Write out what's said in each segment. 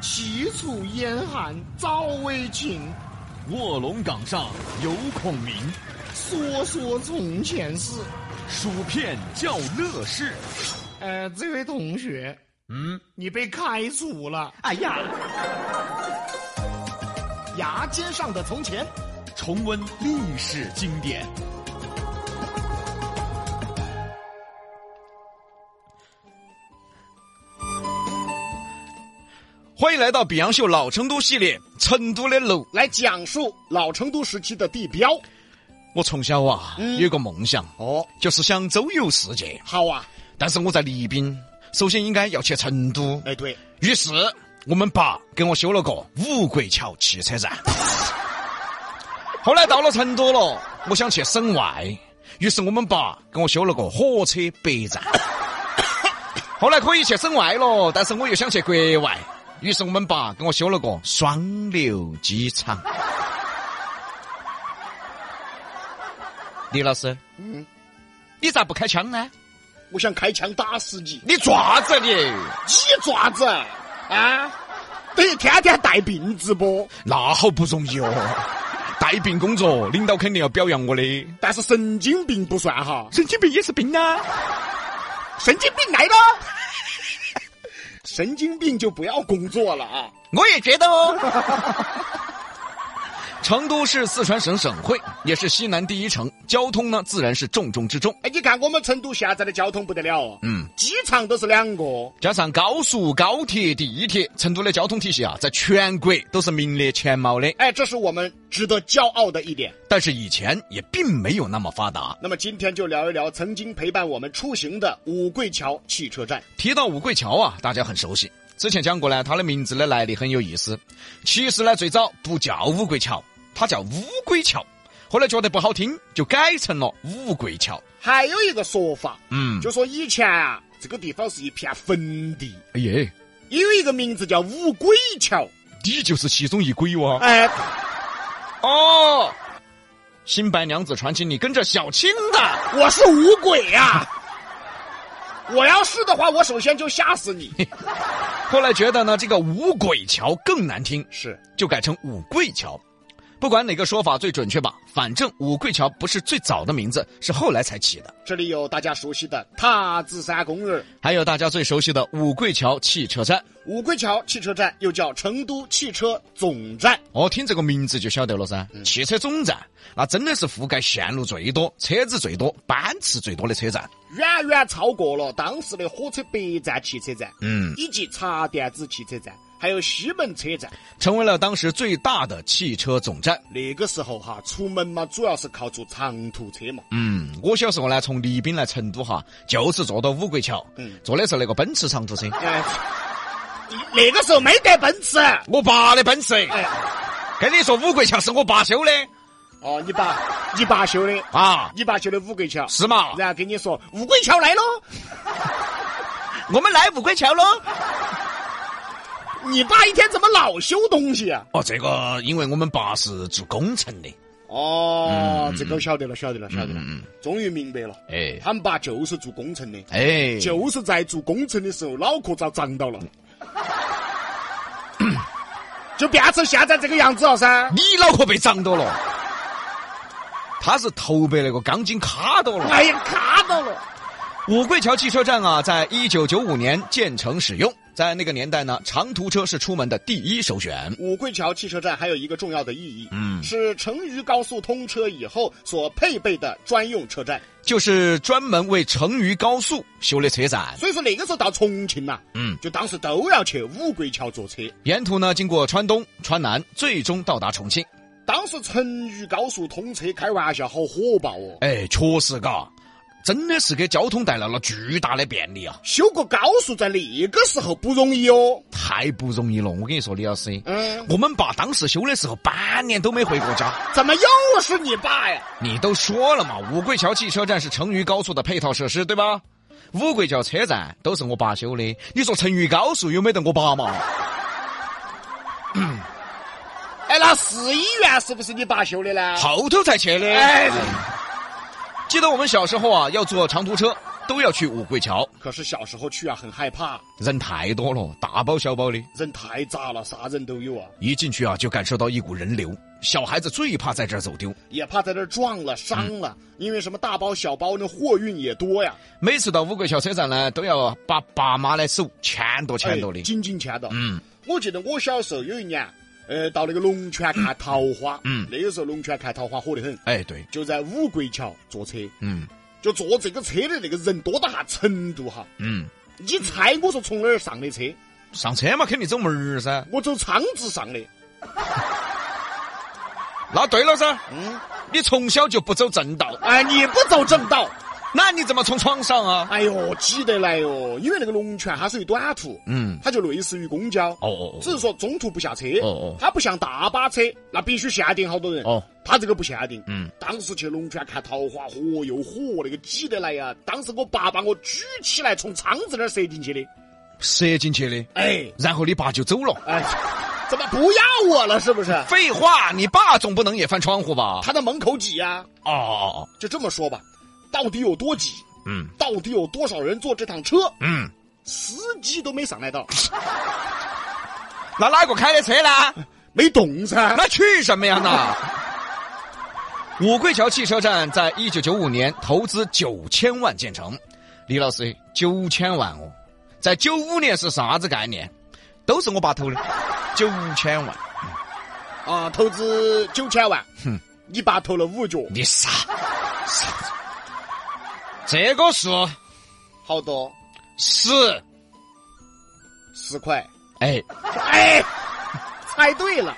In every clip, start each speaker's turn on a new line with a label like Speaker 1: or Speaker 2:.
Speaker 1: 齐楚燕韩赵魏秦，
Speaker 2: 卧龙岗上有孔明，
Speaker 1: 说说从前事。
Speaker 2: 薯片叫乐事。
Speaker 1: 呃，这位同学，
Speaker 2: 嗯，
Speaker 1: 你被开除了。
Speaker 3: 哎呀，牙尖上的从前，
Speaker 2: 重温历史经典。
Speaker 4: 欢迎来到《比洋秀老成都》系列，成都的楼。
Speaker 3: 来讲述老成都时期的地标。
Speaker 4: 我从小啊、有个梦想，
Speaker 3: 哦，
Speaker 4: 就是想周游世界。
Speaker 3: 好啊，
Speaker 4: 但是我在宜宾，首先应该要去成都。
Speaker 3: 哎对，
Speaker 4: 于是我们爸给我修了个五桂桥汽车站。后来到了成都了，我想去省外，于是我们爸给我修了个火车北站。后来可以去省外了，但是我又想去国外，于是我们爸给我修了个双流机场。李老师，嗯，你咋不开枪呢？
Speaker 3: 我想开枪打死你，
Speaker 4: 你爪子你！
Speaker 3: 你爪子啊？等于天天带病直播，
Speaker 4: 那好不容易哦，带病工作，领导肯定要表扬我的。
Speaker 3: 但是神经病不算哈，
Speaker 4: 神经病也是病啊！
Speaker 3: 神经病来了，神经病就不要工作了啊。
Speaker 4: 我也觉得哦。 成都是四川省省会，也是西南第一城，交通呢自然是重中之重。
Speaker 3: 哎，你看我们成都现在的交通不得了哦，
Speaker 4: 嗯，
Speaker 3: 机场都是两个，
Speaker 4: 加上高速、高铁、地铁，成都的交通体系啊，在全国都是名列前茅的。
Speaker 3: 哎，这是我们值得骄傲的一点。
Speaker 4: 但是以前也并没有那么发达。
Speaker 3: 那么今天就聊一聊曾经陪伴我们出行的五桂桥汽车站。
Speaker 4: 提到五桂桥啊，大家很熟悉。之前讲过呢，它的名字的来历很有意思。其实呢，最早不叫五桂桥，它叫乌龟桥。后来觉得不好听，就改成了五桂桥。
Speaker 3: 还有一个说法，
Speaker 4: 嗯，
Speaker 3: 就说以前啊，这个地方是一片坟地，
Speaker 4: 哎耶，
Speaker 3: 也有一个名字叫五鬼桥。
Speaker 4: 你就是其中一鬼哇！
Speaker 3: 哎，
Speaker 4: 哦，新白娘子传奇，你跟着小青的。
Speaker 3: 我是五鬼呀、我要是的话，我首先就吓死你。
Speaker 4: 后来觉得呢，这个五鬼桥更难听，
Speaker 3: 是，
Speaker 4: 就改成五桂桥。不管哪个说法最准确吧，反正五桂桥不是最早的名字，是后来才起的。
Speaker 3: 这里有大家熟悉的塔子山公园。
Speaker 4: 还有大家最熟悉的五桂桥汽车站。
Speaker 3: 五桂桥汽车站又叫成都汽车总站，
Speaker 4: 哦，听这个名字就晓得了噻，汽车总站，那真的是覆盖线路最多、车子最多、班次最多的车站。
Speaker 3: 远远超过了当时的火车北站汽车站，
Speaker 4: 嗯，
Speaker 3: 以及茶店子汽车站，还有西门车站。
Speaker 4: 成为了当时最大的汽车总站。
Speaker 3: 那个时候哈，出门嘛，主要是靠坐长途车嘛。
Speaker 4: 嗯，我小时候呢，从宜宾来成都哈，就是坐到五桂桥，
Speaker 3: 嗯
Speaker 4: 坐的是那个奔驰长途车，
Speaker 3: 哎，那个时候没得奔驰。
Speaker 4: 我爸的奔驰。
Speaker 3: 哎，
Speaker 4: 跟你说，五桂桥是我爸修的
Speaker 3: 哦，你爸，你爸修的，
Speaker 4: 啊，
Speaker 3: 你爸修的五桂桥，
Speaker 4: 是啊嘛？
Speaker 3: 然后跟你说五桂桥来喽，
Speaker 4: 我们来五桂桥喽。
Speaker 3: 你爸一天怎么老修东西啊？
Speaker 4: 哦，这个因为我们爸是做工程的，
Speaker 3: 哦，这个晓得了，晓得了，晓得了，
Speaker 4: 嗯
Speaker 3: 终于明白了。
Speaker 4: 哎
Speaker 3: 他们爸就是做工程的，
Speaker 4: 哎，
Speaker 3: 就是在做工程的时候脑壳遭长到了， 就变成现在这个样子了噻。
Speaker 4: 你脑壳被长到了，他是头被那个钢筋卡到了。
Speaker 3: 哎呀，卡到了。
Speaker 4: 五桂桥汽车站啊，在一九九五年建成使用，在那个年代呢，长途车是出门的第一首选。
Speaker 3: 五桂桥汽车站还有一个重要的意义，
Speaker 4: 嗯
Speaker 3: 是成渝高速通车以后所配备的专用车站。
Speaker 4: 就是专门为成渝高速修的车站。
Speaker 3: 所以说那个时候到重庆呐、
Speaker 4: 嗯，
Speaker 3: 就当时都要去五桂桥坐车。
Speaker 4: 沿途呢经过川东、川南，最终到达重庆。
Speaker 3: 当时成渝高速通车，开玩笑，好火爆哦！
Speaker 4: 哎，确实嘎，真的是给交通带来了巨大的便利啊！
Speaker 3: 修个高速在那个时候不容易哦。
Speaker 4: 太不容易了，我跟你说，李老师，
Speaker 3: 嗯，
Speaker 4: 我们爸当时修的时候，半年都没回过家。
Speaker 3: 怎么又是你爸呀？
Speaker 4: 你都说了嘛，五桂桥汽车站是成渝高速的配套设施，对吧？五桂桥车站都是我爸修的，你说成渝高速有没得我爸嘛？
Speaker 3: 哎，那市医院是不是你爸修的呢？，
Speaker 4: 后头才去的。
Speaker 3: 哎，
Speaker 4: 记得我们小时候啊，要坐长途车，都要去五桂桥，
Speaker 3: 可是小时候去啊，很害怕，
Speaker 4: 人太多了，大包小包的。
Speaker 3: 人太杂了，啥人都有啊，
Speaker 4: 一进去啊，就感受到一股人流。小孩子最怕在这儿走丢，
Speaker 3: 也怕在这儿撞了、伤了，
Speaker 4: 嗯
Speaker 3: 因为什么大包小包那货运也多呀，
Speaker 4: 每次到五桂桥车站呢，都要把爸妈来手牵到牵到的
Speaker 3: 哎。紧紧牵到。
Speaker 4: 嗯，
Speaker 3: 我记得我小时候有一年，呃，到那个龙泉看桃花，
Speaker 4: 嗯
Speaker 3: 那个时候龙泉看桃花火得很，
Speaker 4: 哎，对，
Speaker 3: 就在五桂桥坐车，
Speaker 4: 嗯
Speaker 3: 就坐这个车的那个人多到啥程度哈？
Speaker 4: 嗯，
Speaker 3: 你猜我是从哪儿上的车？
Speaker 4: 上车嘛，肯定走门儿噻。
Speaker 3: 我走昌直上的，
Speaker 4: 那对了噻，
Speaker 3: 嗯，
Speaker 4: 你从小就不走正道，
Speaker 3: 哎，你不走正道，
Speaker 4: 那你怎么从床上啊？
Speaker 3: 哎呦，挤得来哟，因为那个龙泉它属于短途，
Speaker 4: 嗯，
Speaker 3: 它就类似于公交，
Speaker 4: 哦哦
Speaker 3: 只是说中途不下车，
Speaker 4: 哦哦
Speaker 3: 它不像大巴车，那必须限定好多人，
Speaker 4: 哦，
Speaker 3: 它这个不限定，
Speaker 4: 嗯，
Speaker 3: 当时去龙泉看桃花，嚯哟嚯，那个挤得来呀，当时我爸把我举起来从窗子那儿射进去的，
Speaker 4: 射进去的，
Speaker 3: 哎
Speaker 4: 然后你爸就走了。
Speaker 3: 哎，怎么不要我了是不是？
Speaker 4: 废话，你爸总不能也翻窗户吧？
Speaker 3: 他在门口挤呀、
Speaker 4: 哦哦哦，
Speaker 3: 就这么说吧，到底有多挤？
Speaker 4: 嗯
Speaker 3: 到底有多少人坐这趟车？
Speaker 4: 嗯，
Speaker 3: 司机都没上来到，
Speaker 4: 那哪个开的车呢？
Speaker 3: 没动噻。
Speaker 4: 那去什么呀那？五桂桥汽车站在一九九五年投资九千万建成，李老师九千万哦，在九五年是啥子概念？都是我爸投的，九千万，
Speaker 3: 啊，投资九千万，哼，嗯你爸投了五角，
Speaker 4: 你傻傻子？这个数
Speaker 3: 好多
Speaker 4: 十，
Speaker 3: 十块，
Speaker 4: 哎，
Speaker 3: 哎，猜对了，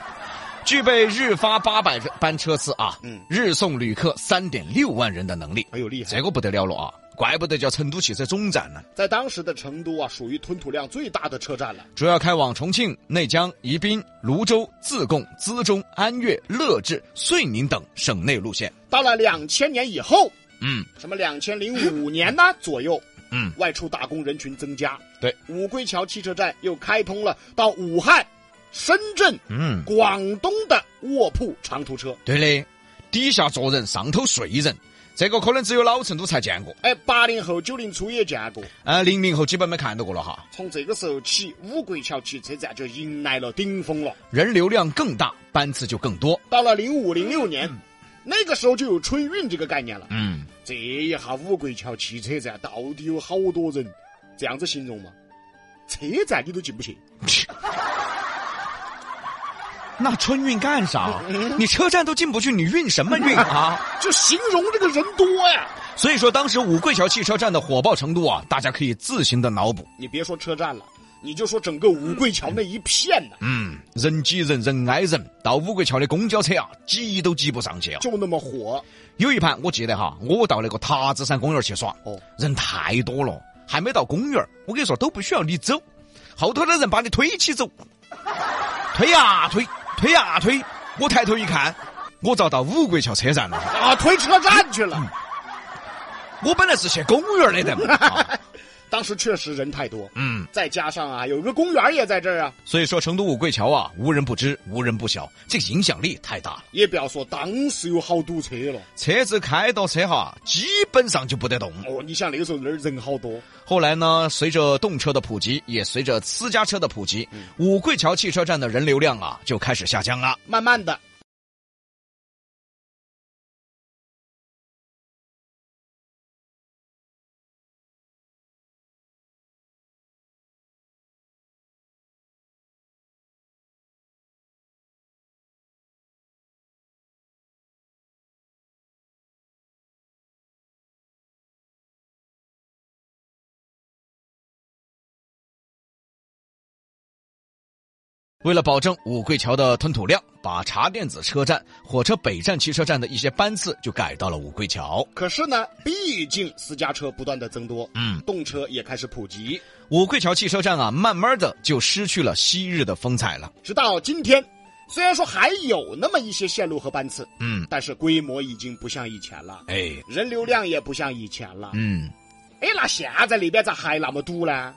Speaker 4: 具备日发八百班车次啊，
Speaker 3: 嗯
Speaker 4: 日送旅客三点六万人的能力，
Speaker 3: 哎呦厉害！
Speaker 4: 这个不得了了啊！怪不得叫成都汽车总站呢、
Speaker 3: 在当时的成都啊，属于吞吐量最大的车站了。
Speaker 4: 主要开往重庆、内江、宜宾、泸州、自贡、资中、安岳、乐至、遂宁等省内路线。
Speaker 3: 到了两千年以后，
Speaker 4: 嗯，
Speaker 3: 什么两千零五年呢左右，
Speaker 4: 嗯，
Speaker 3: 外出打工人群增加，
Speaker 4: 对，
Speaker 3: 五桂桥汽车站又开通了到武汉、深圳、
Speaker 4: 嗯，
Speaker 3: 广东的卧铺长途车。
Speaker 4: 对的，底下坐人，上头睡人，这个可能只有老成都才见过，
Speaker 3: 哎，八零后、九零初也见过。
Speaker 4: 呃，零零后基本没看到过了哈。
Speaker 3: 从这个时候起，五桂桥汽车站就迎来了顶峰了。
Speaker 4: 人流量更大，班次就更多。
Speaker 3: 到了零五零六年，那个时候就有春运这个概念了。
Speaker 4: 嗯，
Speaker 3: 这一下五桂桥汽车站到底有好多人？这样子形容吗？车站你都进不去，
Speaker 4: 那春运干 啥？你车站都进不去，你运什么运 啊？
Speaker 3: 就形容这个人多呀。
Speaker 4: 所以说，当时五桂桥汽车站的火爆程度啊，大家可以自行的脑补。
Speaker 3: 你别说车站了，你就说整个五桂桥那一片呐、
Speaker 4: 嗯，人挤人，人挨人，到五桂桥的公交车啊，挤都挤不上去啊。
Speaker 3: 就那么火。
Speaker 4: 有一盘我记得哈，我到那个塔子山公园去耍，
Speaker 3: 哦
Speaker 4: 人太多了，还没到公园，我跟你说都不需要你走，后头的人把你推 起走，推呀、推，推呀、推，我抬头一看，我遭到五桂桥车站了。
Speaker 3: 啊，推车站去了。
Speaker 4: 我本来是去公园 的人，啊
Speaker 3: 当时确实人太多，
Speaker 4: 嗯，
Speaker 3: 再加上啊，有一个公园也在这儿啊，
Speaker 4: 所以说成都五桂桥啊，无人不知，无人不晓，这个影响力太大了。
Speaker 3: 也不要说当时有好堵车了。
Speaker 4: 车子开到车哈，基本上就不得动。
Speaker 3: 哦，你想那个时候那儿人好多，
Speaker 4: 后来呢，随着动车的普及，也随着私家车的普及，五桂桥汽车站的人流量啊就开始下降了。
Speaker 3: 慢慢的，
Speaker 4: 为了保证五桂桥的吞吐量，把茶店子车站、火车北站汽车站的一些班次就改到了五桂桥。
Speaker 3: 可是呢，毕竟私家车不断的增多，
Speaker 4: 嗯，
Speaker 3: 动车也开始普及，
Speaker 4: 五桂桥汽车站啊，慢慢的就失去了昔日的风采了。
Speaker 3: 直到今天，虽然说还有那么一些线路和班次，
Speaker 4: 嗯，
Speaker 3: 但是规模已经不像以前了，
Speaker 4: 哎，
Speaker 3: 人流量也不像以前了。
Speaker 4: 嗯，
Speaker 3: 哎，那现在那边咋还那么堵呢？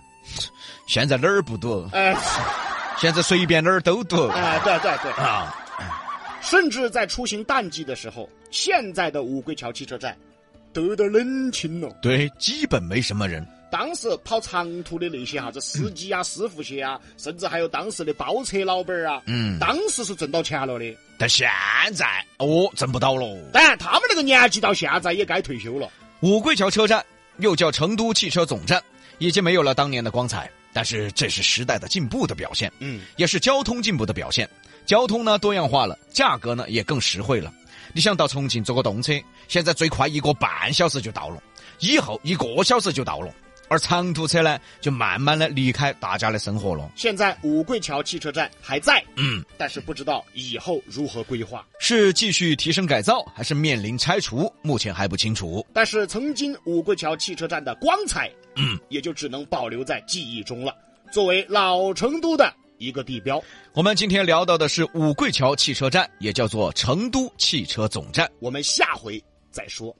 Speaker 4: 现在哪儿不堵？
Speaker 3: 哎，
Speaker 4: 现在随便哪儿都堵
Speaker 3: 哎，对对对，
Speaker 4: 啊。
Speaker 3: 甚至在出行淡季的时候，现在的五桂桥汽车站，都有点冷清了。
Speaker 4: 对，基本没什么人。
Speaker 3: 当时跑长途的那些啥子司机啊、师傅些啊，甚至还有当时的包车老板儿啊，
Speaker 4: 嗯
Speaker 3: 当时是挣到钱了的。
Speaker 4: 但现在哦，挣不到喽。
Speaker 3: 当然，他们那个年纪到现在也该退休了。
Speaker 4: 五桂桥车站又叫成都汽车总站，已经没有了当年的光彩，但是这是时代的进步的表现，
Speaker 3: 嗯，
Speaker 4: 也是交通进步的表现。交通呢多样化了，价格呢也更实惠了。你想到重庆坐个动车，现在最快一个半小时就到了，以后一个小时就到了。而长途车呢，就慢慢的离开大家的生活了。
Speaker 3: 现在五桂桥汽车站还在，
Speaker 4: 嗯，
Speaker 3: 但是不知道以后如何规划。
Speaker 4: 是继续提升改造，还是面临拆除？目前还不清楚。
Speaker 3: 但是曾经五桂桥汽车站的光彩，嗯，也就只能保留在记忆中了，作为老成都的一个地标。
Speaker 4: 我们今天聊到的是五桂桥汽车站，也叫做成都汽车总站。
Speaker 3: 我们下回再说。